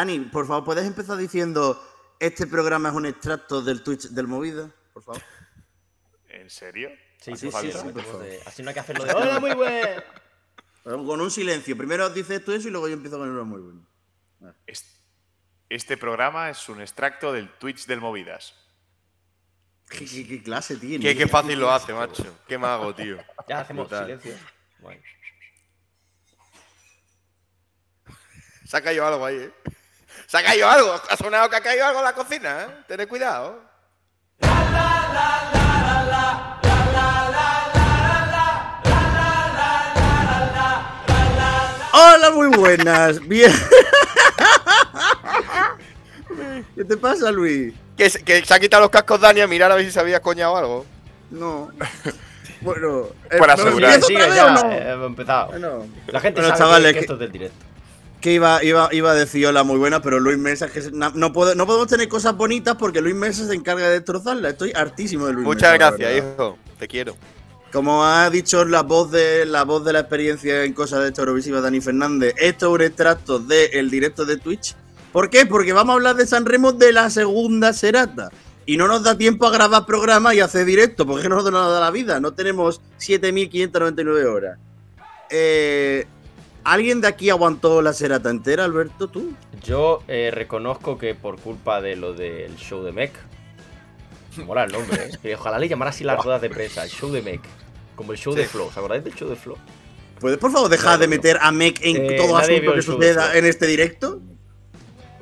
Ani, por favor, ¿puedes empezar diciendo este programa es un extracto del Twitch del Movida? Por favor. ¿En serio? Sí, ¿Hace sí, sí, falta? sí, como de- Así no hay que hacerlo de. ¡Hola, muy buen! Con un silencio. Primero dices tú eso y luego yo empiezo con el muy bueno. Es- Este programa es un extracto del Twitch del Movidas. ¿Qué, qué- qué clase tiene? Qué, qué fácil lo hace, macho. Qué mago, tío. Ya hacemos Brutal. silencio. Bueno. Se ha caído algo ahí, ¿eh? Se ha caído algo. Ha sonado que ha caído algo en la cocina, ¿eh? Tened cuidado. Hola, muy buenas. Bien. ¿Qué te pasa, Luis? Que, se- que se ha quitado los cascos Dani a mirar a ver si se había coñado algo. No. Bueno. eh, Para ¿no asegurar. empiezo Sigue otra vez ya, o no? eh, hemos empezado. Bueno. La gente Bueno, sabe chavales, que, que que- esto es del directo. Que iba, iba, iba a decir hola muy buena, pero Luis Mesa es que se- na- no, puedo- no podemos tener cosas bonitas porque Luis Mesa se encarga de destrozarla. Estoy hartísimo de Luis Mesa, Muchas la gracias, verdad. hijo. Te quiero. Como ha dicho la voz de la voz de la experiencia en cosas de Eurovisiva Dani Fernández, esto es un extracto del directo de Twitch. ¿Por qué? Porque vamos a hablar de San Remo de la segunda serata. Y no nos da tiempo a grabar programa y hacer directo, porque es que no nos da la vida. No tenemos 7.599 horas. Eh, ¿Alguien de aquí aguantó la serata entera, Alberto? ¿Tú? Yo eh, reconozco que por culpa de lo del show de Mech. Mola el nombre, ¿eh? Que ojalá le llamara así las ruedas de prensa, el show de Mech. Como el show de Flow. ¿Os acordáis del show de Flow? ¿Puedes, por favor, dejar Claro, de no. meter a Mec en Eh, todo nadie asunto vio que el show, suceda sí. en este directo?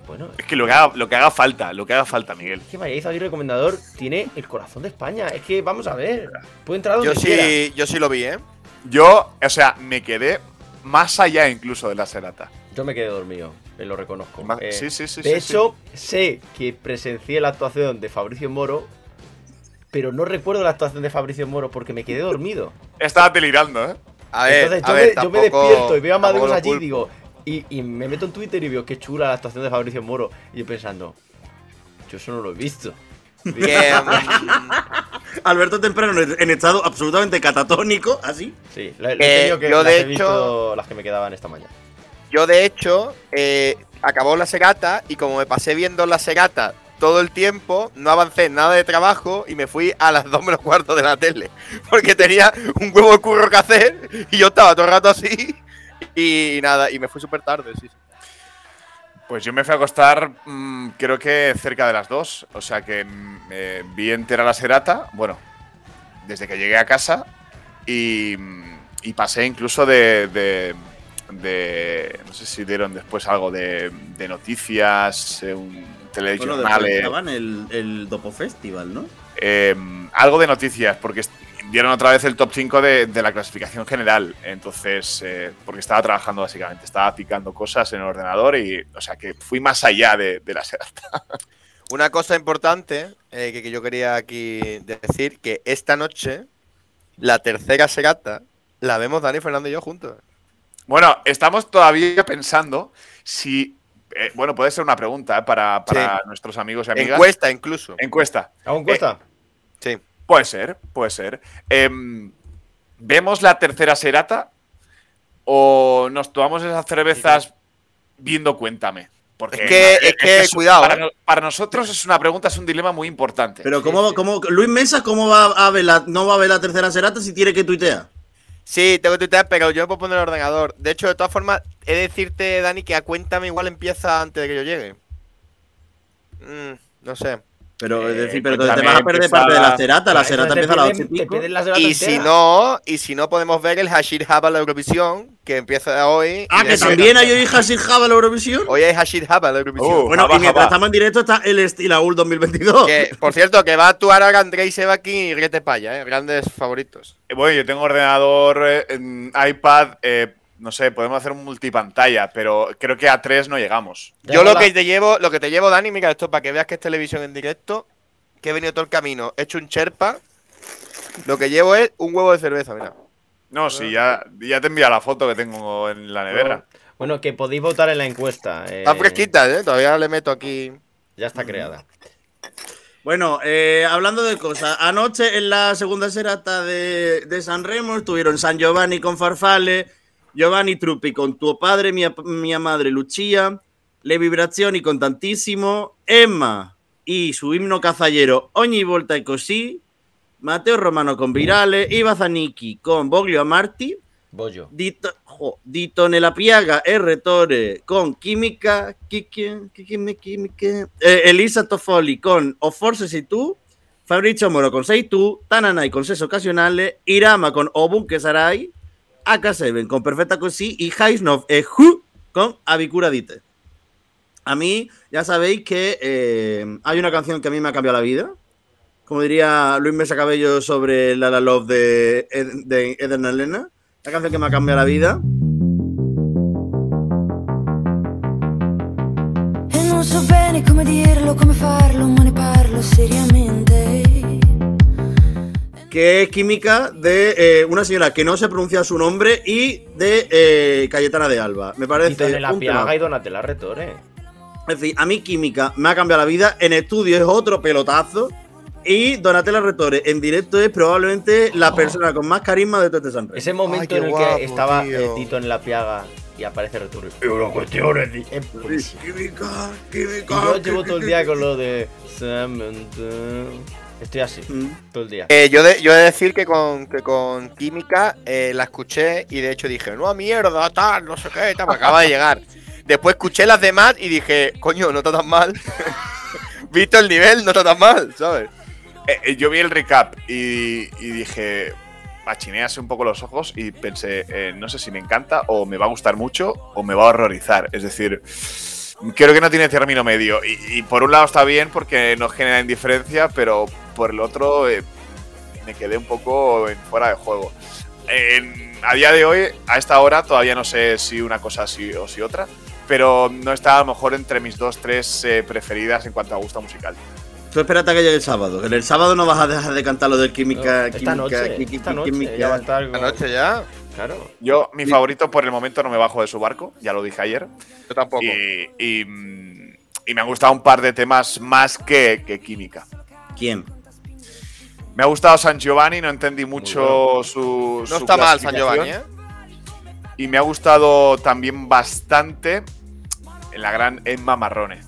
Bueno, Es que lo que haga, lo que haga falta, lo que haga falta, Miguel. es que María Isa Aguirre Comendador tiene el corazón de España. Es que vamos a ver. Puede entrar donde Yo quiera. sí, yo sí lo vi, ¿eh? Yo, o sea, me quedé más allá incluso de la serata. Yo me quedé dormido, eh, lo reconozco. Más- Eh, sí, sí, sí. de sí, sí. hecho, sé que presencié la actuación de Fabricio Moro, pero no recuerdo la actuación de Fabricio Moro porque me quedé dormido. Estaba delirando, ¿eh? A ver, Entonces a yo, ver, me, yo me tampoco- despierto y veo a Madeus tampoco lo allí y culpo. digo, y, y me meto en Twitter y veo que chula la actuación de Fabricio Moro. Y yo pensando, yo eso no lo he visto. Digo, Que, mm, Alberto Temprano en en estado absolutamente catatónico, así. sí, lo, lo he Eh, tenido que yo, las de he visto hecho- las que me quedaban esta mañana. yo, de hecho, eh, acabó la segata y como me pasé viendo la segata todo el tiempo, no avancé en nada de trabajo y me fui a las 2 menos cuarto de la tele. Porque tenía un huevo de curro que hacer y yo estaba todo el rato así. Y nada, y me fui súper tarde, sí, sí. Pues yo me fui a acostar, mm, creo que cerca de las 2. O sea que mm, eh, vi entera la serata, bueno, desde que llegué a casa y, mm, y pasé incluso de, de- de- No sé si dieron después algo de, de noticias, eh, un Bueno, telejornal. después eh, graban el, el Dopo Festival, ¿no? eh, algo de noticias, porque est- dieron otra vez el top 5 de, de la clasificación general. Entonces, eh, porque estaba trabajando básicamente, estaba picando cosas en el ordenador y, o sea, que fui más allá de, de la serata. Una cosa importante eh, que, que yo quería aquí decir, que esta noche, la tercera segata, la vemos Dani, Fernando y yo juntos. Bueno, estamos todavía pensando si. eh, bueno, puede ser una pregunta eh, para, para Sí. nuestros amigos y amigas. Encuesta incluso. Encuesta. Eh, ¿Aún cuesta? Sí. Puede ser, puede ser. Em, ¿Vemos la tercera serata? ¿O nos tomamos esas cervezas viendo cuéntame? Porque Es que- eh, es que, eso- cuidado, Para, eh. no- para nosotros es una pregunta, es un dilema muy importante. Pero ¿cómo, cómo- Luis Mesa, ¿cómo va a ver la, no va a ver la tercera serata si tiene que tuitear? Sí, tengo que tuitear, pero yo me puedo poner el ordenador. De hecho, de todas formas, he de decirte, Dani, que a cuéntame igual empieza antes de que yo llegue. Mm, no sé. Pero, es Eh, decir, pero te cuéntame, vas a perder empieza parte de la la- serata. La Entonces serata Ah, te empieza a las piden- ocho y te pico. piden la serata Y si entera. no, y si no podemos ver el Hashir Haba la Eurovisión, que empieza hoy. y Ah, que de- también hay hoy Hasir Java la Eurovisión. Hoy hay Hashir Haba la Eurovisión. Oh. Bueno, Java, y mientras Java. estamos en directo está el Estilaul 2022. Que, por cierto, que va a actuar ahora Andrei Sebaquín y Riete Paya, ¿eh? grandes favoritos. Eh, Bueno, yo tengo ordenador, eh, en iPad, eh, no sé, podemos hacer un multipantalla, pero creo que a tres no llegamos. Ya Yo lo mola. que te llevo, lo que te llevo, Dani, mira esto, para que veas que es televisión en directo, que he venido todo el camino, he hecho un cherpa. Lo que llevo es un huevo de cerveza, mira. No, sí, ya, ya te envía la foto que tengo en la nevera. Bueno, que podéis votar en la encuesta. eh, Está fresquita, ¿eh? Todavía le meto aquí. Ya está creada. Bueno, eh, hablando de cosas, anoche en la segunda serata de, de San Remo estuvieron San Giovanni con Farfale, Giovanni Truppi con tu padre, mi, ap- mi madre Lucía, Le vibrazioni con tantissimo, Emma y su himno cazallero Ogni volta e così, Mateo Romano con Virale, Iva Zanicchi con Boglio Amarti, Bollo. Dito, jo, Dito Nella Piaga R. Torre con Química, Kiki- Kikime Química, eh, Elisa Toffoli con O Forse Si Tu, Fabrizio Moro con Sei Tu, Tananay con Ses Ocasionales, Irama con O Bunke Sarai, AK7 con Perfecta Così y Haisnov Eju con Avicura Dite. A mí, ya sabéis que eh, hay una canción que a mí me ha cambiado la vida. Como diría Luis Mesa Cabello sobre La La Love de, Ed- de Edna Elena. La canción que me ha cambiado la vida. E non so bene come dirlo, come farlo, ma ne parlo seriamente. que es química de eh, una señora que no se pronuncia su nombre y de eh, Cayetana de Alba. Me parece. Dítale la un tema. piaga y donatela retore. Es decir, a mí química me ha cambiado la vida. En estudio es otro pelotazo. Y Donatella Retore en directo es probablemente la persona con más carisma de todo este Sanremo. Oh. Ese momento qué en el guapo, que estaba tío. eh, Tito en la piaga y aparece Returri. Euro cuestiones. di- Ah, es buenísimo. Química, Y química. Yo llevo todo el día con lo de. Estoy así, Mm. todo el día. Eh, yo, de, yo he de decir que con, que con Química eh, la escuché y de hecho dije, no mierda, tal, no sé qué, tal, me acaba de llegar. Después escuché las demás y dije, coño, no está tan mal. Visto el nivel, no está tan mal, ¿sabes? Eh, eh, yo vi el recap y, y dije, achiné así un poco los ojos y pensé, eh, no sé si me encanta o me va a gustar mucho o me va a horrorizar. Es decir, creo que no tiene término medio. Y, y por un lado está bien porque no genera indiferencia, pero por el otro eh, me quedé un poco en- fuera de juego. En- a día de hoy, a esta hora, todavía no sé si una cosa sí o si otra, pero no está a lo mejor entre mis dos, tres eh, preferidas en cuanto a gusto musical. Tú espérate a que llegue el sábado. que En el sábado no vas a dejar de cantar lo del química, No, química, esta noche, química, esta noche química. ya va a estar. La con- noche ya, Claro. Yo, mi favorito por el momento no me bajo de su barco, ya lo dije ayer. yo tampoco. Y, y, mm, y me han gustado un par de temas más que, que química. ¿Quién? Me ha gustado San Giovanni, no entendí mucho su. no está mal San Giovanni, ¿eh? Y me ha gustado también bastante la gran Emma Marrone.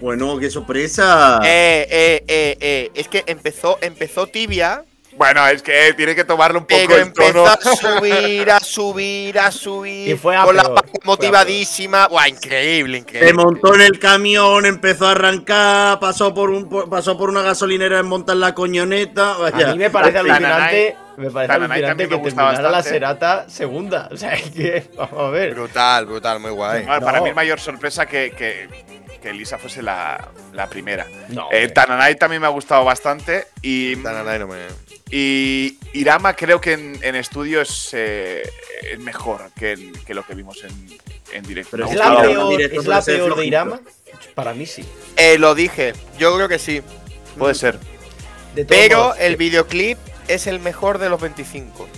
Bueno, qué Ah. sorpresa. Eh, eh, eh, eh, Es que empezó, empezó tibia, Bueno, es que tiene que tomarlo un poco pero el tono. empezó a subir, a subir, a subir. Y fue a con la peor, parte fue a motivadísima. Guau, increíble, increíble. Se montó en el camión, empezó a arrancar, pasó por un por- pasó por una gasolinera en montar la coñoneta. Vaya. A mí me parece Tananay- alucinante, me parece Tananay alucinante también me que gusta terminara la bastante. serata segunda. O sea, es que, vamos a ver. Brutal, brutal, muy guay. Bueno, Ah, Para No. mí, es mayor sorpresa que, que, que Elisa fuese la, la primera. No, Eh, Tananay también me ha gustado bastante. Y mm, Tananay no me- Y Irama creo que en, en estudio es, eh, es mejor que, el- que lo que vimos en, en directo. Pero Me ¿Es ha la gustado. Claro, peor, directo ¿es suele la ser peor de flojito. Irama? Para mí sí. Eh, lo dije, yo creo que sí. Puede ser. De todos Pero modos, el eh, videoclip es el mejor de los 25.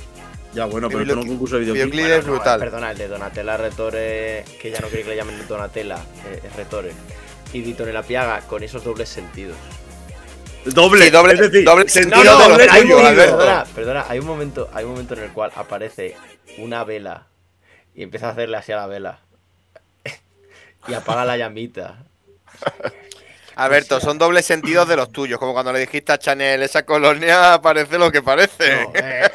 Ya bueno, pero Videoclip- esto no es un concurso de videoclip. videoclip bueno, es no, brutal. perdona, el de Donatella Retore, que ya no quería que le llamen Donatella, eh, es Retore. Y Dito en la Piaga, con esos dobles sentidos. Doble, Sí, doble- es decir, doble sentido sentido de doble los hay tuyos, un- Alberto. Perdona, perdona, hay un momento, hay un momento en el cual aparece una vela y empieza a hacerle así a la vela. y apaga la llamita. Alberto, son dobles sentidos de los tuyos. Como cuando le dijiste a Chanel, esa colonia parece lo que parece. No, eh.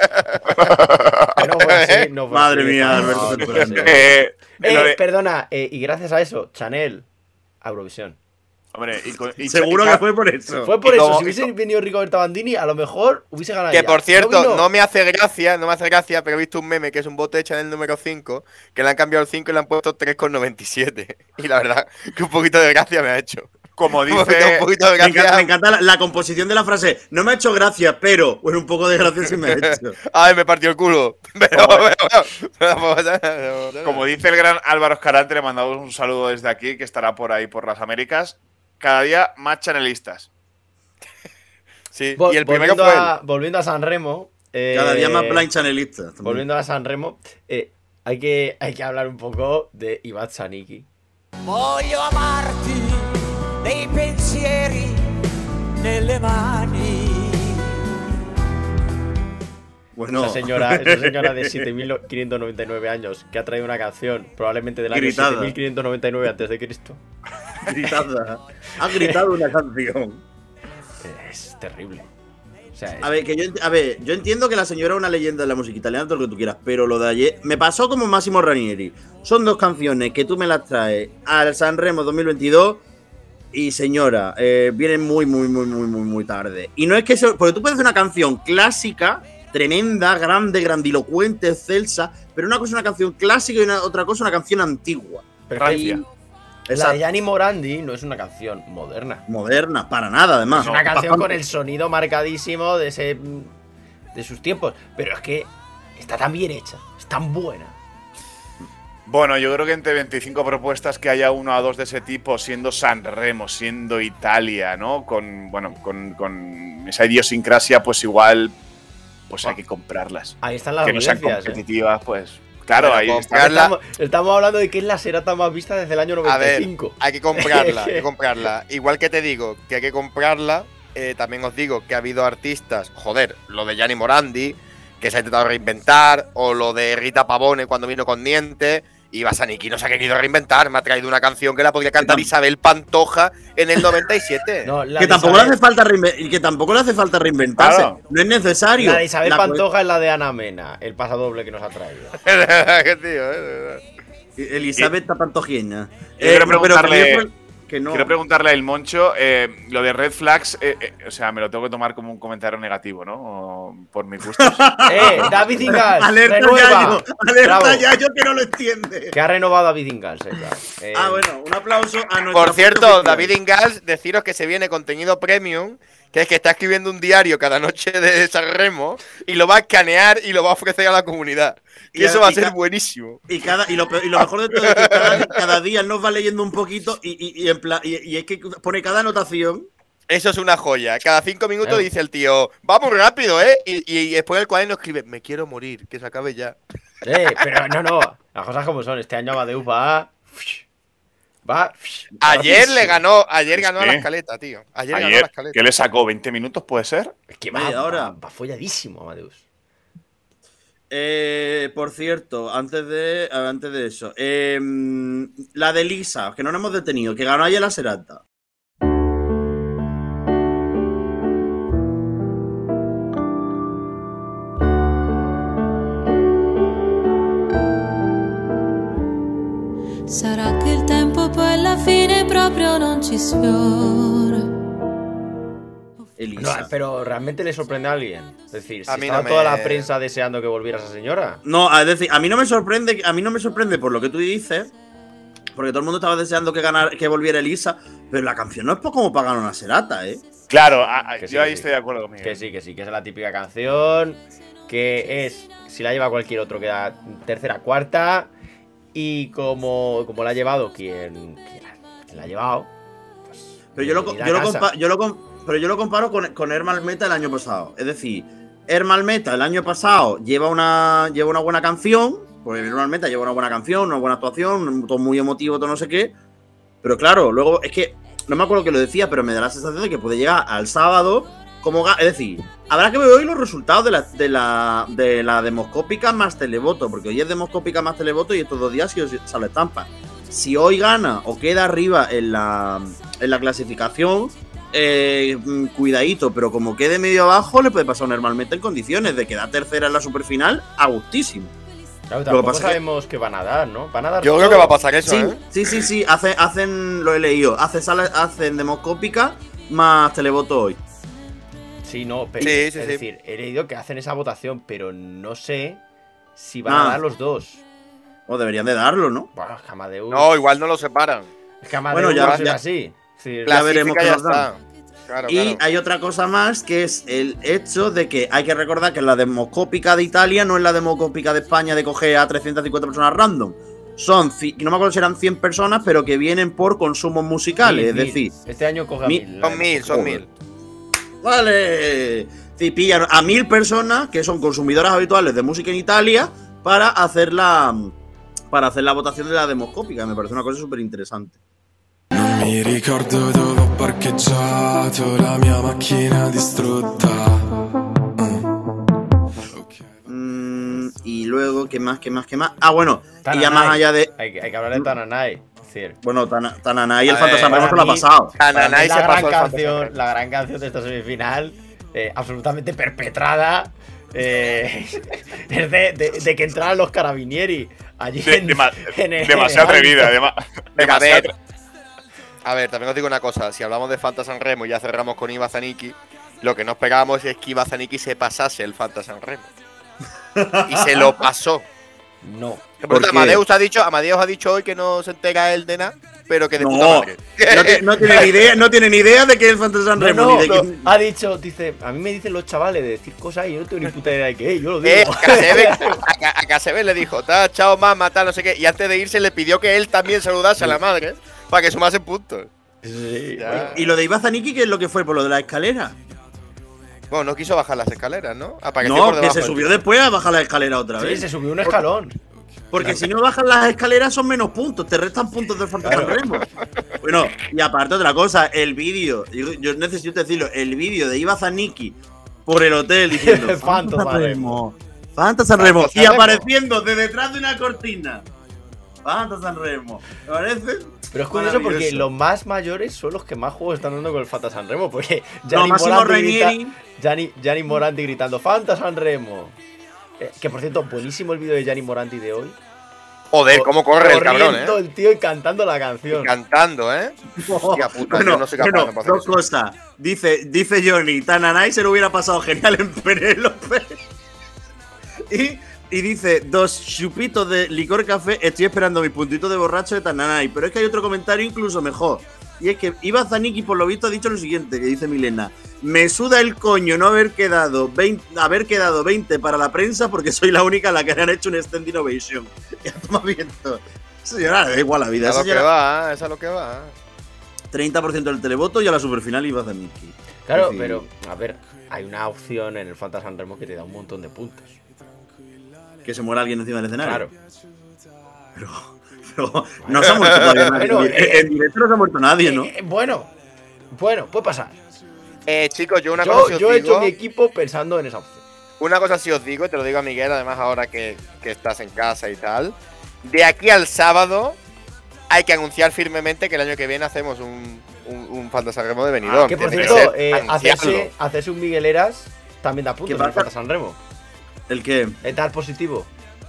No fue así, no fue Madre así. mía, No, Alberto no fue así. Fernández. Eh, lo Eh, de- perdona, eh, y gracias a eso, Chanel, a Eurovisión. hombre, y con- y- Seguro y- que fue por eso. Fue por y eso, como- si hubiese venido Rigoberta Bandini, a lo mejor hubiese ganado. Que ella. por cierto, vino. no, me hace gracia, no me hace gracia, pero he visto un meme que es un bote de Chanel número 5, que le han cambiado el 5 y le han puesto 3,97. Y la verdad, que un poquito de gracia me ha hecho. como un dice, poquito Me de encanta, me gracia. encanta la, la composición de la frase. No me ha hecho gracia, pero bueno, un poco de gracia sí me ha hecho. Ay, me partió el culo. Pero, pero- pero- como dice el gran Álvaro Escarante, le mandamos un saludo desde aquí, que estará por ahí por las Américas. Cada día más chanelistas. Sí, Vol- y el primero volviendo fue él. a, volviendo a San Remo. eh, Cada día más blind chanelista. Volviendo a San Remo, eh, hay, que, hay que hablar un poco de Ivat Saniki. Voglio amarti nei pensieri, nelle mani. Bueno, Esa señora, esa señora de 7.599 años que ha traído una canción probablemente del año Gritada. 7.599 antes de Cristo. gritada. Ha gritado una canción. Es terrible. O sea, es- A ver, que yo, ent- a ver, yo entiendo que la señora es una leyenda de la música italiana, todo lo que tú quieras, pero lo de ayer me pasó como Máximo Ranieri. Son dos canciones que tú me las traes al Sanremo 2022 y señora, eh, vienen muy, muy, muy, muy, muy, muy tarde. Y no es que se, porque tú puedes hacer una canción clásica, tremenda, grande, grandilocuente, excelsa, pero una cosa es una canción clásica y una, otra cosa una canción antigua. Rancia. la Esa de Gianni Morandi no es una canción moderna. moderna, para nada, además. Es una canción Bastante- con el sonido marcadísimo de ese mm, de sus tiempos. Pero es que está tan bien hecha, es tan buena. Bueno, yo creo que entre 25 propuestas que haya uno a dos de ese tipo, siendo San Remo, siendo Italia, ¿no? Con, bueno, con, con esa idiosincrasia, pues igual, pues hay que comprarlas. Ahí están las que no sean evidencias, ¿eh? competitivas, pues. Claro, Pero ahí está. comprarla- Estamos, estamos hablando de que es la serata más vista desde el año A ver, 95. hay que comprarla, hay que comprarla. Igual que te digo que hay que comprarla, eh, también os digo que ha habido artistas, joder, lo de Gianni Morandi, que se ha intentado reinventar, o lo de Rita Pavone cuando vino con dientes, y Basaniki no se ha querido reinventar, me ha traído una canción que la podría cantar tam- Isabel Pantoja en el 97. No, la Que de tampoco, le hace Isabel- falta reinve- que tampoco le hace falta reinventarse. Claro. No es necesario. la de Isabel La- Pantoja es la de Ana Mena, el pasadoble que nos ha traído. Qué tío, eh, de verdad. Elizabeth está pantojiena. quiero pero- preguntarle- pero que no- Quiero preguntarle al Moncho, eh, lo de Red Flags, eh, eh, o sea, me lo tengo que tomar como un comentario negativo, ¿no? O por mis gustos. ¡Eh! ¡David Ingalls! Alerta ¡Renueva! Yayo, alerta Bravo. Yayo que no lo entiende. Que ha renovado David Ingalls, eh, claro. Eh, Ah, bueno, un aplauso a nuestro. Por cierto, David Ingalls, deciros que se viene contenido premium, que es que está escribiendo un diario cada noche de San Remo y lo va a escanear y lo va a ofrecer a la comunidad. Y, Y a- eso va a y ser ca- buenísimo. Y, cada, y, lo, pe- y lo mejor de todo es que cada, cada día nos va leyendo un poquito y, y- y en pla- y- y es que pone cada anotación. Eso es una joya. Cada cinco minutos Claro. dice el tío, vamos rápido, ¿eh? Y, y- y después el cuaderno escribe, me quiero morir, que se acabe ya. eh, pero no, no. Las cosas como son. Este año Amadeus va. Va. Ayer le ganó, ayer Es ganó a que- la escaleta, tío. Ayer, ganó a la Ayer, escaleta. ¿qué le sacó? ¿20 minutos puede ser? Es que va, Oye, ahora- va, va folladísimo Amadeus. Eh, por cierto, antes de, antes de eso, eh, la de Lisa, que no nos hemos detenido, que ganó ayer la Serata. Sarà che il tempo poi alla fine proprio non ci sfiora. Elisa. No, pero realmente le sorprende a alguien. Es decir, si A mí estaba no toda me- la prensa deseando que volviera esa señora. No, es decir, a mí no me sorprende, a mí no me sorprende por lo que tú dices, porque todo el mundo estaba deseando que ganar, que volviera Elisa, pero la canción no es po- como para ganar una serata, ¿eh? Claro, a- a- Que sí, yo que ahí sí. estoy de acuerdo conmigo. Que sí, que sí, que es la típica canción. Que es, si la lleva cualquier otro, queda tercera, cuarta. Y como, como la ha llevado quien, quien la, quien la ha llevado. pues, Pero yo lo, co- bienvenida yo a lo, casa. compa- yo lo com- pero yo lo comparo con, con Hermal Meta el año pasado. Es decir, Hermal Meta el año pasado lleva una, lleva una buena canción, porque Hermal Meta lleva una buena canción, una buena actuación, todo muy emotivo, todo no sé qué. Pero claro, luego es que no me acuerdo que lo decía, pero me da la sensación de que puede llegar al sábado como. ga- Es decir, habrá que ver hoy los resultados de la, de la, de la demoscópica más televoto, porque hoy es demoscópica más televoto y estos dos días sí os sale estampa. Si hoy gana o queda arriba en la, en la clasificación, eh, mm, cuidadito, pero como quede medio abajo, le puede pasar normalmente en condiciones de quedar tercera en la superfinal a gustísimo. Claro, tampoco pasa es que- sabemos qué van a dar, ¿no? Van a dar. Yo creo todo. que va a pasar eso, Sí, ¿eh? sí, sí, sí, hacen, hacen lo he leído, hacen, sala- hacen demoscópica más televoto hoy. Sí, no, pero. Sí, sí, es sí. decir, he leído que hacen esa votación, pero no sé si van a Ah. dar los dos. O deberían de darlo, ¿no? Bueno, es que Amadeus. No, igual no lo separan. es que Amadeus Bueno, ya- no soy ya- así. Es decir, Ya veremos Clasifica qué y ya nos dan. está. Claro, Y claro. hay otra cosa más que es el hecho de que hay que recordar que la demoscópica de Italia no es la demoscópica de España de coger a 350 personas random. Son, ci- no me acuerdo si eran 100 personas, pero que vienen por consumos musicales. mil, es mil. decir, Este año coge a mil- mil. la Son mil, son Joder. mil. ¡Vale! Si pillan a mil personas que son consumidoras habituales de música en Italia para hacer la, para hacer la votación de la demoscópica. Me parece una cosa súper interesante. Non mi ricordo dove ho parcheggiato la mia macchina distrutta. Mm. Ok. luego, ¿qué más, qué más, qué más? Ah, bueno, y ya Tananai. más allá de. Hay, que- hay que hablar de Tananai. Es decir, Bueno, Tana- Tananay y el A Fantasma ver, sabemos que lo ha para mí- pasado. para mí Ananay la se gran pasó el canción, fantasma. la gran canción de esta semifinal, eh, absolutamente perpetrada. eh, es de, de- de que entraran los carabinieri allí. De- en- dema- en el- demasiado en el- atrevida, dema- Venga, a demasiado ver. A ver, también os digo una cosa. Si hablamos de Fanta San Remo y ya cerramos con Iba Zaniki, lo que no esperábamos es que Iba Zaniki se pasase el Fanta San Remo. y se lo pasó. No. Que, ¿Por por cierto, qué? Amadeus ha dicho, Amadeus ha dicho hoy que no se entera él de nada, pero que de No. puta madre. No, ti- no tienen idea, no tienen idea de que es el Fantasma No, Remo, no, pues ni de no. que- ha dicho, dice, a mí me dicen los chavales de decir cosas y yo no tengo ni puta idea de qué, es, yo lo digo. Eh, Kasebe- a Ka- a Kasebe le dijo, "Ta, chao mamá, tal, no sé qué. Y antes de irse le pidió que él también saludase a la madre para que sumasen puntos. Sí. Ya. ¿Y lo de Ibazaniki qué es lo que fue? ¿Por lo de la escalera? Bueno, no quiso bajar las escaleras, ¿no? Apareció por No, que debajo se del subió piso. después a bajar la escalera otra Sí, vez. se subió un escalón. Porque si no bajan las escaleras son menos puntos, te restan puntos del Fantasma Claro. Remo. Bueno, y aparte otra cosa, el vídeo, yo, yo necesito decirlo, el vídeo de Iba Zaniki por el hotel diciendo Fantasma "Fantasma Remo". Remo, Fantasma Remo, Fantasma y Remo. apareciendo de detrás de una cortina. Fantasma Remo, ¿me parece? Pero es curioso porque Maravilloso. los más mayores son los que más juegos están dando con el Fanta San Remo. Porque No, Gianni Máximo Morandi, grita- Reinieri, Gianni- Gianni Morandi gritando Fanta San Remo. Eh, que por cierto, buenísimo el vídeo de Gianni Morandi de hoy. Joder, cómo corre el cabrón, ¿eh? Corriendo el tío y cantando la canción. Y Cantando, ¿eh? Hostia puta, yo no soy capaz, bueno, no puedo hacer dos eso. cosas. Dice, dice Johnny, Tananay se lo hubiera pasado genial en Penélope. y, y dice, dos chupitos de licor café, estoy esperando mi puntito de borracho de Tananay. Pero es que hay otro comentario incluso mejor. Y es que Iba Zaniki, por lo visto, ha dicho lo siguiente, que dice Milena. Me suda el coño no haber quedado 20, haber quedado 20 para la prensa porque soy la única a la que le han hecho un standing ovation. Ya toma viento. Señora, da igual la vida. Es esa a lo que señora- va, es a lo que va. 30% del televoto y a la superfinal iba Zaniki. Claro, Sí. pero a ver, hay una opción en el Fanta San Remo que te da un montón de puntos. Que se muera alguien encima del Claro. escenario. Pero no se ha muerto todavía nadie. Bueno, en, en directo no se ha muerto nadie, ¿no? Eh, eh, bueno, bueno, puede pasar. Eh, chicos, yo una cosa Yo, sí os yo he digo. hecho mi equipo pensando en esa opción. Una cosa sí os digo, y te lo digo a Miguel, además ahora que, que estás en casa y tal. De aquí al sábado hay que anunciar firmemente que el año que viene hacemos un, un, un Fantasarremo de Benidorm. Ah, que por Tiene cierto, ser eh, anunciarlo. hacerse, hacerse un Migueleras también da ¿Qué puntos en pasa? el Fanta San Remo. El que. Es dar positivo.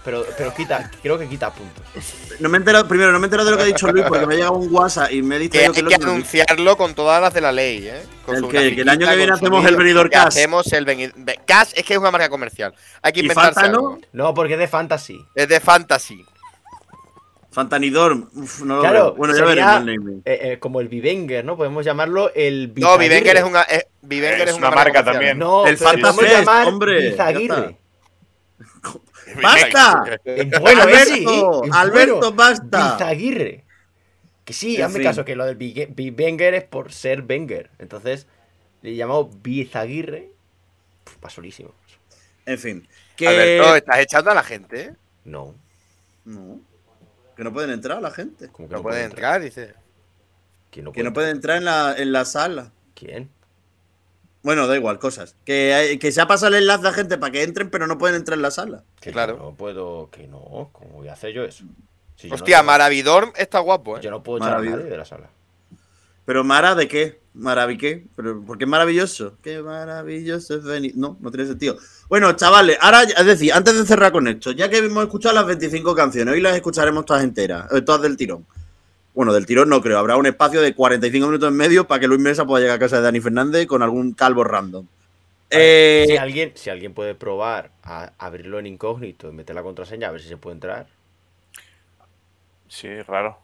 Pero, pero quita, creo que quita puntos. No me he enterado, primero, no me he enterado de lo que ha dicho Luis porque me ha llegado un WhatsApp y me ha dicho Eh, Que hay yo que que lo que- anunciarlo con todas las de la ley, ¿eh? Con El su que- que el grafiquita, año que viene con su hacemos el vídeo, Benidorm que Cast. Hacemos el Benidorm. Cash es que es una marca comercial. Hay que Y inventarse Fanta, ¿no? algo. No, porque es de fantasy. Es de fantasy. Fantanidor. Uf, no lo Claro, veo. Bueno, ya sería- veremos el naming. Eh, eh, como el Vivenger, ¿no? Podemos llamarlo el No, Vivenger Bizaguirre. es una, es, Vivenger Es es una una marca comercial. también. No, El pero Fanta podemos Fest, llamar hombre, ya Bizaguirre. ¡Basta! Es bueno Alberto, ese, ¿eh? Es bueno. Alberto, basta. Bizaguirre. Que sí, En hazme fin. caso, que lo del Big- Big Banger es por ser Wenger. Entonces, le llamamos Bizaguirre. Pf, Pasolísimo. En fin. Que. Alberto, estás echando a la gente, ¿eh? No, No. Que no pueden entrar la gente. como que No pueden entrar, dice. ¿Quién no Que puede no entrar? pueden entrar en la, en la sala. ¿Quién? Bueno, da igual, cosas. Que, hay- que se ha pasado el enlace a gente para que entren, pero no pueden entrar en la sala. Que Claro. yo No puedo, que no. ¿Cómo voy a hacer yo eso? Si yo no Hostia, tengo- Maravidorm está guapo, ¿eh? Yo no puedo echar a Maravilla. nadie de la sala. Pero Mara de qué? Maraviqué. Pero porque es maravilloso. Qué maravilloso es venir. No, no tiene sentido. Bueno, chavales, ahora, es decir, antes de cerrar con esto, ya que hemos escuchado las 25 canciones, hoy las escucharemos todas enteras, eh, todas del tirón. Bueno, del tirón no creo. Habrá un espacio de 45 minutos en medio para que Luis Mesa pueda llegar a casa de Dani Fernández con algún calvo random. Eh, Si alguien, si alguien puede probar a abrirlo en incógnito y meter la contraseña a ver si se puede entrar. Sí, raro.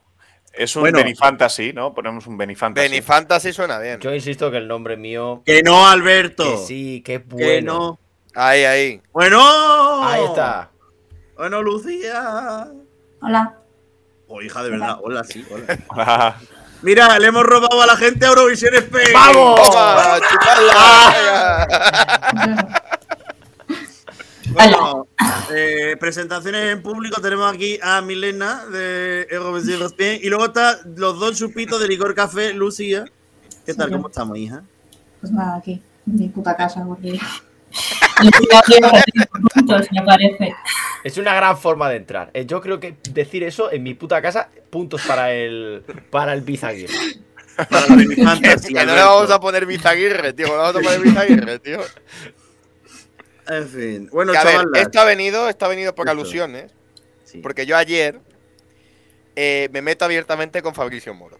Es un Bueno. Benny Fantasy, ¿no? Ponemos un Benny Fantasy. Benny Fantasy suena bien. Yo insisto que el nombre mío. que no, Alberto. Que sí, que es bueno. Que no. Ahí, ahí. Bueno. Ahí está. Bueno, Lucía. Hola. Oh, hija de verdad. Hola, sí, hola. Ah, Mira, le hemos robado a la gente a Eurovisión Spain. ¡Vamos! Oh. Toma, Ah. chupadla, venga. Bueno, eh, presentaciones en público. Tenemos aquí a Milena de Eurovisión Spain. Y luego está los dos chupitos de licor café, Lucía. ¿Qué tal? Sí. ¿Cómo estamos, hija? Pues nada, aquí. En mi puta casa, porque. Le estoy abriendo los puntos, me parece. Es una gran forma de entrar. Eh, Yo creo que decir eso en mi puta casa, puntos para el para el bizaguirre. Para la de mi Que, fantasy, que no le Alberto. vamos a poner bizaguirre, tío. No le vamos a poner bizaguirre, tío. En fin. Bueno, Que, a ver, chaval. esto ha venido, esto ha venido por Esto. alusiones. Porque yo ayer eh, me meto abiertamente con Fabricio Moro.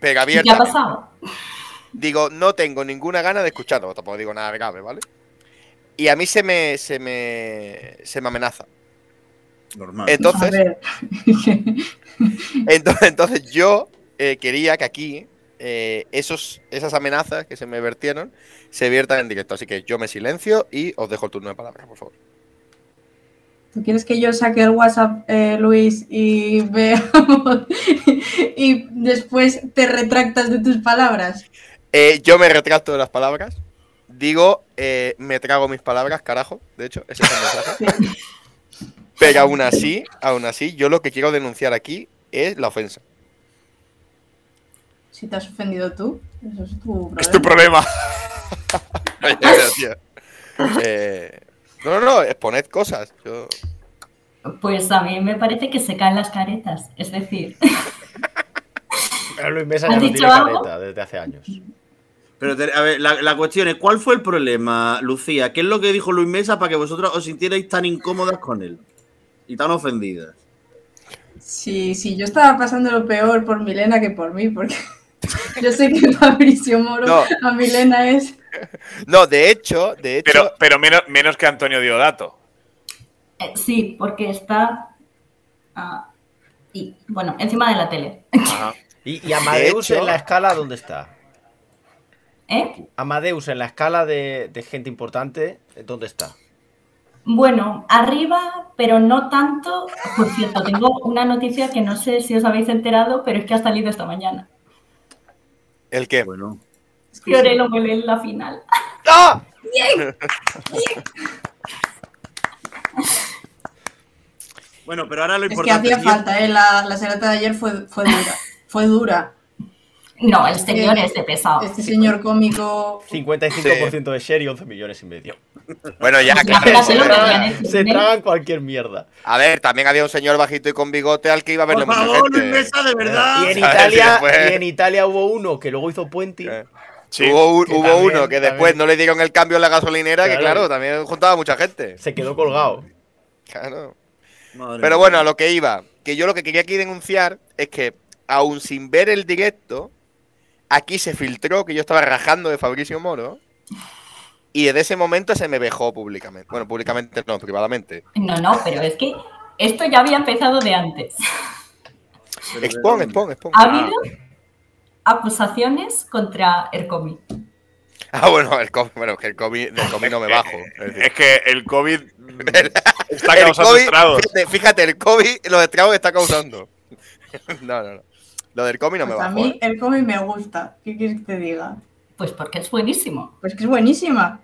Pero ¿Y ¿Qué ha abiertamente. pasado? Digo, no tengo ninguna gana de escucharlo. Tampoco digo nada grave, ¿vale? Y a mí se me, se me, se me amenaza. Normal. A Entonces, ver. entonces, entonces yo eh, quería que aquí eh, esos, esas amenazas que se me vertieron se viertan en directo. Así que yo me silencio y os dejo el turno de palabra, por favor. ¿Tú quieres que yo saque el WhatsApp, eh, Luis, y veamos? y después te retractas de tus palabras. Eh, yo me retracto de las palabras. Digo, eh, me trago mis palabras, carajo. De hecho, ese es el mensaje. Pero aún así, aún así, yo lo que quiero denunciar aquí es la ofensa. Si te has ofendido tú, eso es tu problema. Es tu Ah. problema. Gracias. Eh, no, no, no, exponed cosas. Yo- Pues a mí me parece que se caen las caretas. Es decir, Pero Luis Mesa ¿Has ya no tiene dicho algo? careta desde hace años. Pero te- a ver, la, la cuestión es, ¿cuál fue el problema, Lucía? ¿Qué es lo que dijo Luis Mesa para que vosotras os sintierais tan incómodas con él? Y tan ofendidas. Sí, sí, yo estaba pasando lo peor por Milena que por mí, porque yo sé que Fabricio Moro No. a Milena es. No, de hecho, de hecho, Pero, pero menos, menos que Antonio Diodato. eh, sí, porque está. ah, y bueno, encima de la tele. Y, y Amadeus De hecho- en la escala, ¿dónde está? ¿Eh? Amadeus en la escala de, de gente importante, ¿dónde está? Bueno, arriba, pero no tanto. Por cierto, tengo una noticia que no sé si os habéis enterado, pero es que ha salido esta mañana. ¿el qué? Bueno. Fiorello Molé en la final. ¡Ah! Bueno, pero ahora lo Es que importante hacía es- falta, ¿eh? La, la serata de ayer fue, fue dura. Fue dura. No, el señor es de Ah, pesado. Este pues. señor cómico. 55% de share y 11 millones y medio. Bueno, ya, Ya, claro. pero se lo tragan, ¿eh? Se tragan cualquier mierda. A ver, también había un señor bajito y con bigote al que iba a verle Por mucha favor, Luis gente. Mesa, de verdad. Y en, ¿Sabes? Italia, Ah, Sí, pues. y en Italia hubo uno que luego hizo Puenti. Eh, Sí. hubo un- que hubo también- uno que después también. no le dieron el cambio en la gasolinera, que Claro. claro, también juntaba mucha gente. Se quedó colgado. Claro. Madre mía. Pero bueno, a lo que iba, que yo lo que quería aquí denunciar es que, aun sin ver el directo, aquí se filtró que yo estaba rajando de Fabricio Moro. Y desde ese momento se me vejó públicamente. Bueno, públicamente no, privadamente. No, no, pero es que esto ya había empezado de antes. Pero de Expon, dónde. expon, expon. Ha habido acusaciones contra Ercomi. Ah, bueno, el COVID, bueno, que el COVID, del COVID no me bajo. es decir. Es que el COVID mm, está El causando COVID, estragos. Fíjate, fíjate, el COVID, los estragos que está causando. No, no, no. Lo del COVID no me Pues a bajo. mí ¿eh? el cómic me gusta. ¿Qué quieres que te diga? Pues porque es buenísimo. Pues que es buenísima.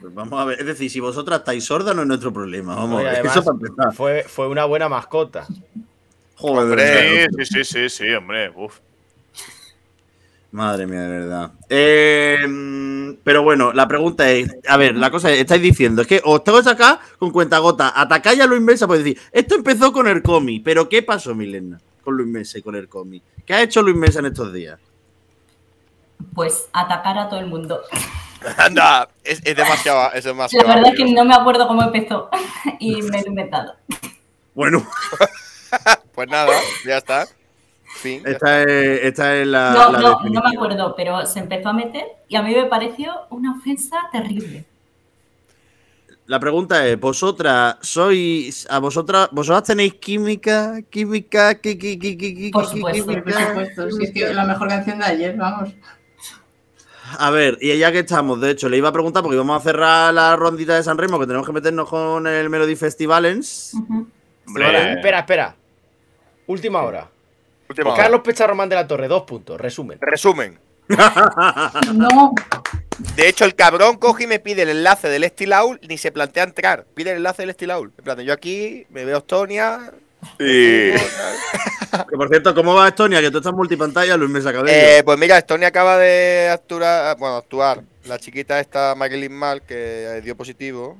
Pues vamos a ver, es decir, si vosotras estáis sordas no es nuestro problema. Vamos, Oye, a ver, además, eso para empezar. Fue, fue una buena mascota. Joder, de Hombre. verdad. Sí, sí, sí, sí, sí, hombre. Uf. Madre mía, de verdad. Eh, mm, pero bueno, la pregunta es: a ver, la cosa es, estáis diciendo, es que os tengo que sacar con cuentagota, atacáis a Luis Mesa, pues decir, esto empezó con el cómic, pero ¿qué pasó, Milena, con Luis Mesa y con el cómic? ¿Qué ha hecho Luis Mesa en estos días? Pues atacar a todo el mundo. ¿eh? Anda, es, es demasiado. Es demasiado La verdad es obvio. que no me acuerdo cómo empezó y me lo he inventado. Bueno, Pues nada, ya está. Fin. ya esta es, esta es la. No, Ah, la no, no definitiva. me acuerdo, pero se empezó a meter y a mí me pareció una ofensa terrible. La pregunta es, vosotras sois, a vosotras, vosotras tenéis química, química, qui- qui- qui- qui- qui- Por qui- supuesto, Pero, Por química, supuesto. Si es que química. es la mejor canción de ayer, vamos. A ver, y ya que estamos, de hecho, le iba a preguntar porque íbamos a cerrar la rondita de San Remo, que tenemos que meternos con el Melody Festivalens. Ujú. Hombre, Ahora, espera, espera. Última hora. está. Última hora. Carlos Pecharromán de la Torre, dos puntos. Resumen. Resumen. No, De hecho, el cabrón coge y me pide el enlace del Estilaul, ni se plantea entrar. Pide el enlace del Estilaul. En plan, de, yo aquí me veo Estonia. Y- Que por cierto, ¿cómo va Estonia? Que tú estás multipantalla, Luis Mesa Cabello. Eh, pues mira, Estonia acaba ah, de actuar, bueno, actuar. La chiquita esta, Marilyn Mal, que dio eh, positivo.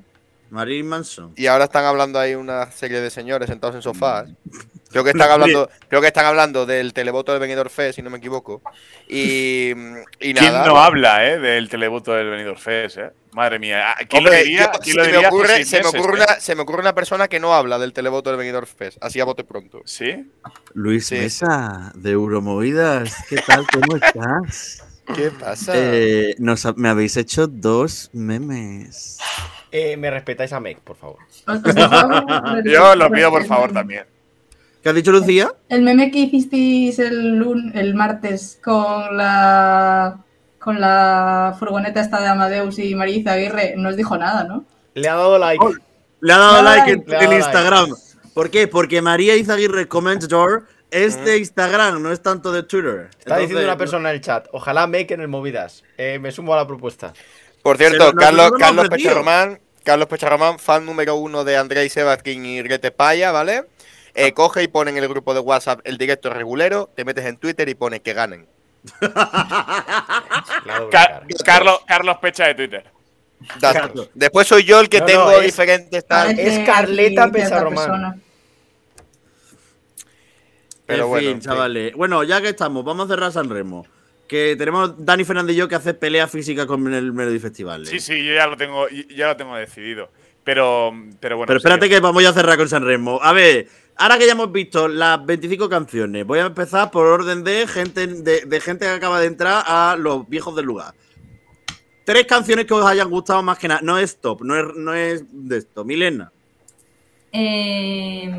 Marilyn Manson. Y ahora están hablando ahí una serie de señores sentados en sofás. Creo que están hablando, creo que están hablando del televoto del Benidorm Fest, si no me equivoco. Y, y ¿Quién nada. no habla eh, del televoto del Benidorm Fest? eh? Madre mía. ah, ¿Quién Hombre, lo diría? yo- ¿Quién lo se, diría me hace ocurre, seis se, me meses, ocurre eh? una, se me ocurre una persona que no habla del televoto del Benidorm Fest, así a bote pronto. ¿Sí? Luis Sí. Mesa, de Euromovidas. ¿Qué tal? ¿Cómo estás? ¿Qué pasa? Eh, nos ha- me habéis hecho dos memes. Eh, me respetáis a Meg, por favor. Yo lo pido por favor también. ¿Qué ha dicho Lucía? El meme que hicisteis el, lun- el martes con la con la furgoneta esta de Amadeus y Marisa Aguirre no os dijo nada, ¿no? Le ha dado like. Le ha dado Le ha dado like en, like. Le ha en dado Instagram. ¿Por qué? Porque María Izaguirre Commentator es de Instagram, no es tanto de Twitter. Mm. Está Entonces, diciendo una persona en el chat. Ojalá Meg en el Movidas. Eh, me sumo a la propuesta. Por Pero cierto, nosotros Carlos, no hemos Carlos metido. Pecharromán, Carlos Pecharromán, fan número uno de Andrei Sebastien y Rete Paya, ¿vale? Eh, coge y pone en el grupo de WhatsApp el directo regulero, te metes en Twitter y pones que ganen. Le ha dado Ca- cara. Carlos, Carlos Pecha de Twitter. Datos. Después soy yo el que No, no, tengo es- diferentes tal. Parece es Carleta aquí cierta Pesarromán. persona. Pero en bueno, fin, sí. chavales. Bueno, ya que estamos, vamos a cerrar San Remo. Que tenemos Dani Fernández y yo que hace pelea física con el Melody Festival. ¿eh? Sí, sí, yo ya lo tengo, ya lo tengo decidido. Pero, pero bueno. Pero espérate sí. que vamos ya a cerrar con San Remo. A ver, ahora que ya hemos visto las 25 canciones, voy a empezar por orden de gente, de, de gente que acaba de entrar a los viejos del lugar. Tres canciones que os hayan gustado más que nada. No es top, no es, no es de esto. Milena. Eh,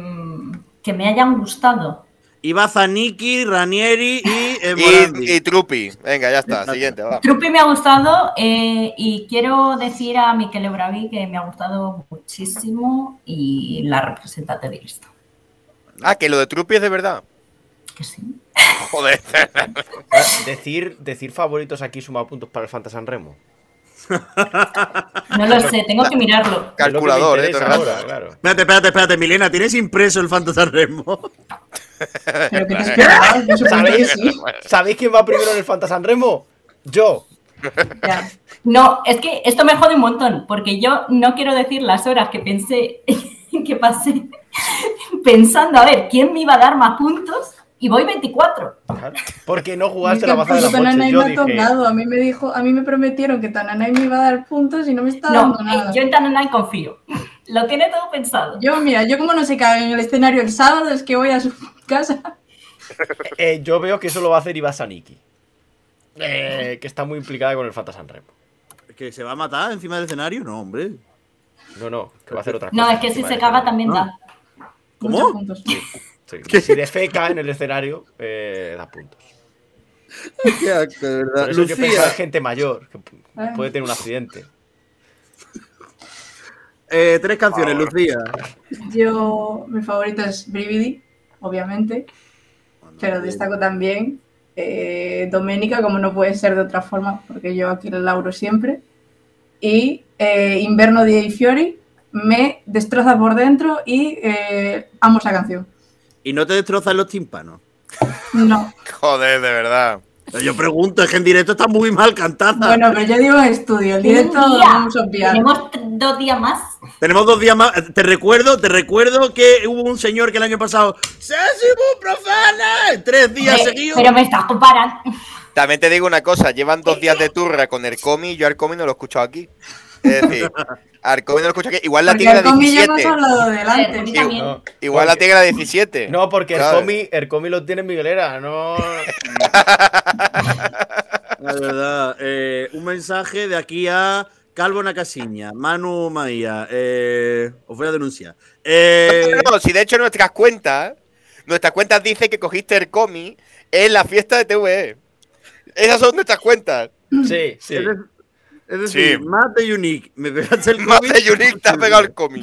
que me hayan gustado. Ibaza, Niki, Ranieri y eh, Morandi. Y, y Trupi. Venga, ya está. Siguiente, Ah. va. Trupi me ha gustado eh, y quiero decir a Miquel Bravi que me ha gustado muchísimo y la representante de listo. Ah, que lo de Trupi es de verdad. Que sí. Joder. Ah, Decir, decir favoritos aquí suma puntos para el Fantasy San Remo. No lo sé, tengo que mirarlo. Es lo que me Calculador, eh. interesa todo el rato. ahora, claro. Espérate, espérate, espérate, Milena, ¿tienes impreso el Fanta San Remo? Pero que te esperabas, yo supongo que ¿Sabéis? sí. ¿Sabéis quién va primero en el Fantasy San Remo? Yo. Ya. No, es que esto me jode un montón, porque yo no quiero decir las horas que pensé, que pasé pensando a ver quién me iba a dar más puntos y voy 24. Claro. Porque no Es jugaste que la baza de incluso la noche. Tananay Yo me ha dije, tocado. A mí me dijo, a mí me prometieron que Tananay me iba a dar puntos y no me está No, dando eh, nada. yo en Tananay confío. Lo tiene todo pensado. Yo, mira, yo como no se cae en el escenario el sábado, es que voy a su casa. eh, yo veo que eso lo va a hacer Ibasaniki. Eh, que está muy implicada con el Fantasy San Remo. ¿Que se va a matar encima del escenario? No, hombre. No, no, que va a hacer otra cosa. No, es que si Vale, se caga vale. también no. da. ¿Cómo? Muchos puntos. Sí. Si defeca en el escenario, eh, da puntos. Qué asco, de verdad. Por eso hay que pensar en Lucía, gente mayor, que Ay. puede tener un accidente. eh, tres canciones, Lucía. Yo, mi favorito es Brividi, obviamente, pero destaco también eh, Doménica, como no puede ser de otra forma, porque yo aquí la lauro siempre. Y eh, Inverno de Fiori me destroza por dentro y eh, amo esa canción. Y no te destrozan los tímpanos. No, Joder, de verdad. Yo pregunto, es que en directo está muy mal cantada. bueno, pero yo digo estudio, el directo Un lo día. vamos a obviar. Tenemos t- dos días más. Tenemos dos días más. Te recuerdo, te recuerdo que hubo un señor que el año pasado se muy profana en tres días Hombre, seguidos. Eh, pero me estás comparando. También te digo una cosa, llevan dos días de turra con Ercomi y yo Arcomi no lo he escuchado aquí. Es decir, Arcomi no lo escucho aquí. Igual la Porque tiene la el comi ya hemos 17. hablado del A ver, antes. a mí también. No, Igual la porque- tiene la 17. No, porque el ¿sabes? comi, el comi lo tiene en Miguelera, no. La verdad, eh, un mensaje de aquí a Calvo Nacasiña, Manu Maía. eh, os voy a denunciar. Eh, No, no, si de hecho nuestras cuentas, nuestras cuentas dicen que cogiste Ercomi en la fiesta de TVE. Esas son nuestras cuentas. Sí, sí. Es, de- es decir, Sí. más de Unique. Me pegaste el Más COVID. de Yunik te ha pegado el comi.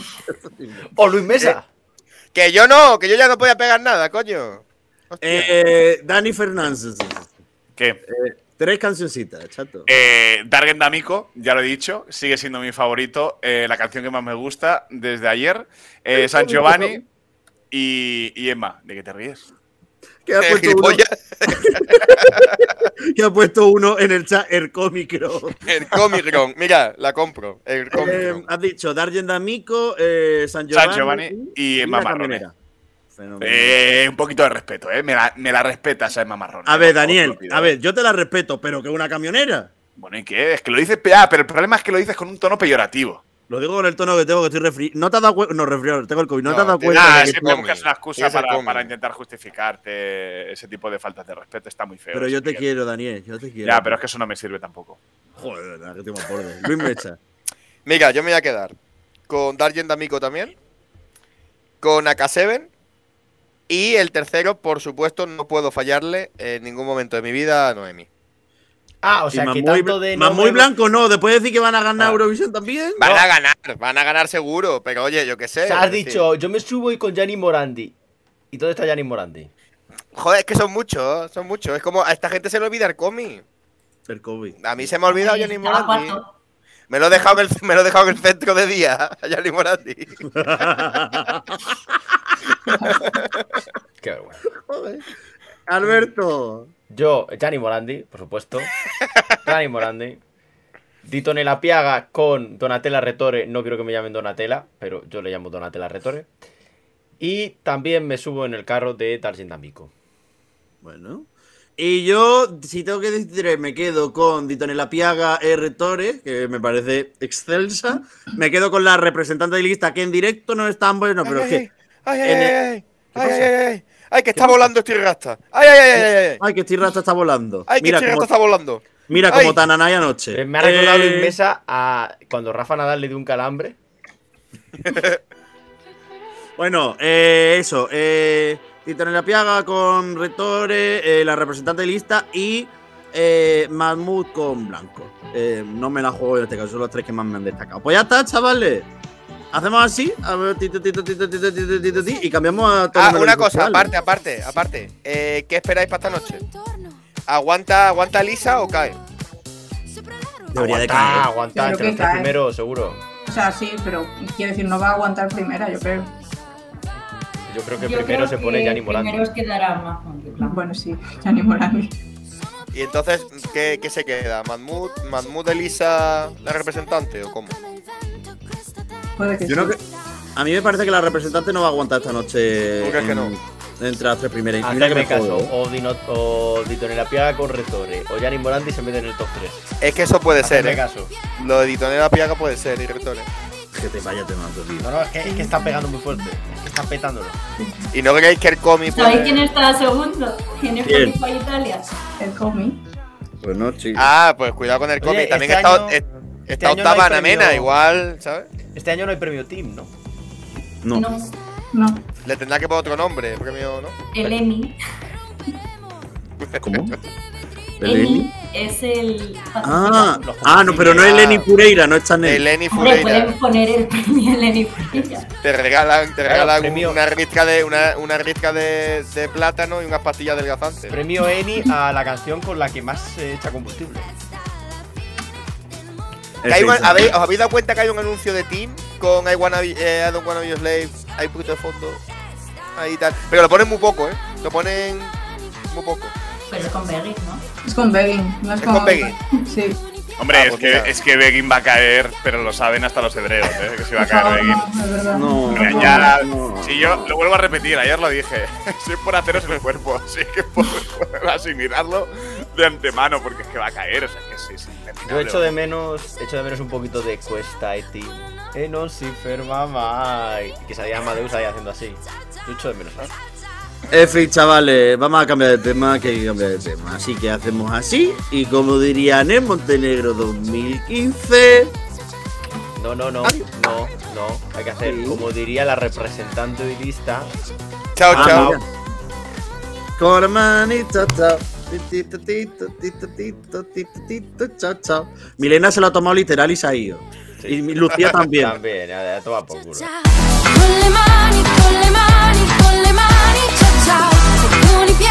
O Luis Mesa. Eh, Que yo no, que yo ya no podía pegar nada, coño. Hostia. Eh, Dani Fernández. ¿Qué? Tres cancioncitas, chato. Eh, Dargen D'Amico, ya lo he dicho, sigue siendo mi favorito, eh, la canción que más me gusta desde ayer, eh, San Giovanni y, y Emma, ¿de qué te ríes? Que ha, Eh, puesto uno, gilipollas. que ha puesto uno en el chat, el cómicro. El Comic Con. Mira, la compro. El Comic Eh, Con. has dicho Dargen D'Amico, eh, San Giovanni, San Giovanni y la Mamarrone. camionera. Fenomenal. Eh, un poquito de respeto, ¿eh? Me la, me la respetas a Mamarrone. a ver, Por favor, Daniel, te lo pido. a ver, yo te la respeto, pero que una camionera. Bueno, ¿y qué? Es que lo dices. pe- Ah, pero el problema es que lo dices con un tono peyorativo. Lo digo con el tono que tengo, que estoy refri. No te has dado cuenta. No, resfriado, tengo el COVID. No, No, te has dado te- cuenta. Ah, de que- siempre come, buscas una excusa tienes el para, come. para intentar justificarte ese tipo de faltas de respeto. Está muy feo. pero eso, yo te Miguel. quiero, Daniel. Yo te quiero. Ya, pero es que eso no me sirve tampoco. Joder, nada, que te me acuerdes. Luis Mecha. Mira, yo me voy a quedar con Darjen D'Amico también. Con AK7. Y el tercero, por supuesto, no puedo fallarle en ningún momento de mi vida a Noemi. Ah, o sea, y que Mamoy- tanto de. Mamoy nombre- Blanco no. Después de decir que van a ganar Ah. Eurovisión también. Van a ganar, van a ganar seguro, pero oye, yo qué sé. O sea, has es decir, dicho, yo me subo y con Gianni Morandi. ¿Y dónde está Gianni Morandi? Joder, es que son muchos, son muchos. Es como a esta gente se le olvida el cómic. El COVID. A mí se me ha olvidado Ahí Gianni estaba Morandi. cuarto. Me lo he dejado en el, me lo he dejado en el centro de día a Gianni Morandi. Qué vergüenza. Joder. Alberto. Yo, Gianni Morandi, por supuesto. Gianni Morandi. Ditone La Piaga con Donatella Retore. No quiero que me llamen Donatella, pero yo le llamo Donatella Retore. Y también me subo en el carro de Dargen D'Amico. Bueno. Y yo, si tengo que decir, me quedo con Ditonela Piaga R. Torres, que me parece excelsa. Me quedo con la representante de lista, que en directo no es tan bueno, Eh, pero es que. ay, en el- ay, ¿Qué ay, pasa? ay, ay, ay, que está volando este rasta. Ay, ay, ay, ay, ay, ay. Ay, que este rata está volando. eh. Ay, que mira, este rasta como, está volando. mira como ay. Tananay anoche. Me ha recordado Eh, Luis Mesa a cuando Rafa Nadal le dio un calambre. Bueno, eh, eso. Eh, Ditonela Piaga con Retore, eh, la representante de lista y eh, Mahmoud con Blanco. Eh, no me la juego en este caso, son los tres que más me han destacado. Pues ya está, chavales. Hacemos así, a ver, ti, ti, ti, ti, ti, ti, ti, ti, ti, ti, ti, y cambiamos a Ah, torneo una cosa, virtual. aparte, aparte, aparte. Eh, ¿Qué esperáis para esta noche? ¿Aguanta, aguanta Lisa o cae? Debería de Ah, caer. aguanta, Yo entre creo que los tres cae. primeros, seguro. O sea, sí, pero quiero decir, no va a aguantar primera, yo creo. Yo creo que Yo primero creo se pone que Gianni Morandi. Primero os quedará Mahmoud y Blanco. Bueno, sí, Gianni Morandi. Y entonces, ¿qué, qué se queda? ¿Mahmoud, ¿Mahmoud Elisa la representante o cómo? Puede que Yo no sí. cre- a mí me parece que la representante no va a aguantar esta noche. ¿Tú crees que no? Entre las tres primeras. Y Mira que Hacerme me caso, jodo, ¿eh? o, Dino, o Ditone La Piaga con Retore, o Gianni Morandi se mete en el top 3. Es que eso puede ser, Hacerme ¿eh? caso. Lo de Ditonera Piaga puede ser, directores. Que te vaya, te mato, tío. No, no, es que, es que está pegando muy fuerte. Es que está petándolo. ¿Y no creéis que el cómic ¿Sabéis puede- quién está segundo? ¿Quién es ¿Quién? Spotify Italia? El cómic. Pues no, chicos. Ah, pues cuidado con el Oye, cómic. También este está, año- es- este está año no octava hay Ana Mena, premio. igual, ¿sabes? Este año no hay premio Team, ¿no? no. No. Le tendrá que poner otro nombre, premio, ¿no? el Emmy. ¿Cómo? El Emmy es el. Ah, Los ah, no, pero no es Lenny Ah. Pureira, no es Chanel. De Lenny Hombre, Fureira. pueden poner el premio el Emmy por ella. Te regalan, te Claro, regalan premio. una risca de una, una risca de, de plátano y unas pastillas adelgazantes. Premio Eni a la canción con la que más se echa combustible. Que hay un- ¿habéis- ¿Os habéis dado cuenta que hay un anuncio de Team con I, wanna be- eh, I don't wanna be your slave? Hay puto de fondo. Ahí tal. Pero lo ponen muy poco, ¿eh? Lo ponen muy poco. Pero es con Berry, ¿no? Es con Begging. No es, Es con Begging. Sí. Hombre, Ah, es, pues que, mira. es que Begin va a caer, pero lo saben hasta los hebreos, ¿eh? Que se va a Por caer favor, Begin. no, es verdad. No, Por favor. Ya, no. si yo lo vuelvo a repetir, ayer lo dije. Soy por haceros el cuerpo, así que por, por asimilarlo de antemano, porque es que va a caer, o sea, que sí, sí. Yo echo de menos, echo de menos un poquito de Cuesta Eti. Eh, no, si ferma mai. Que salía Amadeus ahí haciendo así. Yo echo de menos. ¿sabes? En fin, chavales, vamos a cambiar de tema, que hay que cambiar de tema. Así que hacemos así, y como dirían en Montenegro 2015, No, no, no, no, no. Hay que hacer, Sí. como diría la representante de lista, Chao, Ah, chao. mira. con la manita, chao. Ti, ti, ti, ti, ti, ti, ti, ti, ti, ti, Chao, chao. Milena se lo ha tomado literal y se ha ido. Sí. Y Lucía también. también, a, a tomar por culo. Con le mani, con le mani, con le mani, ciao ciao. Se con i piedi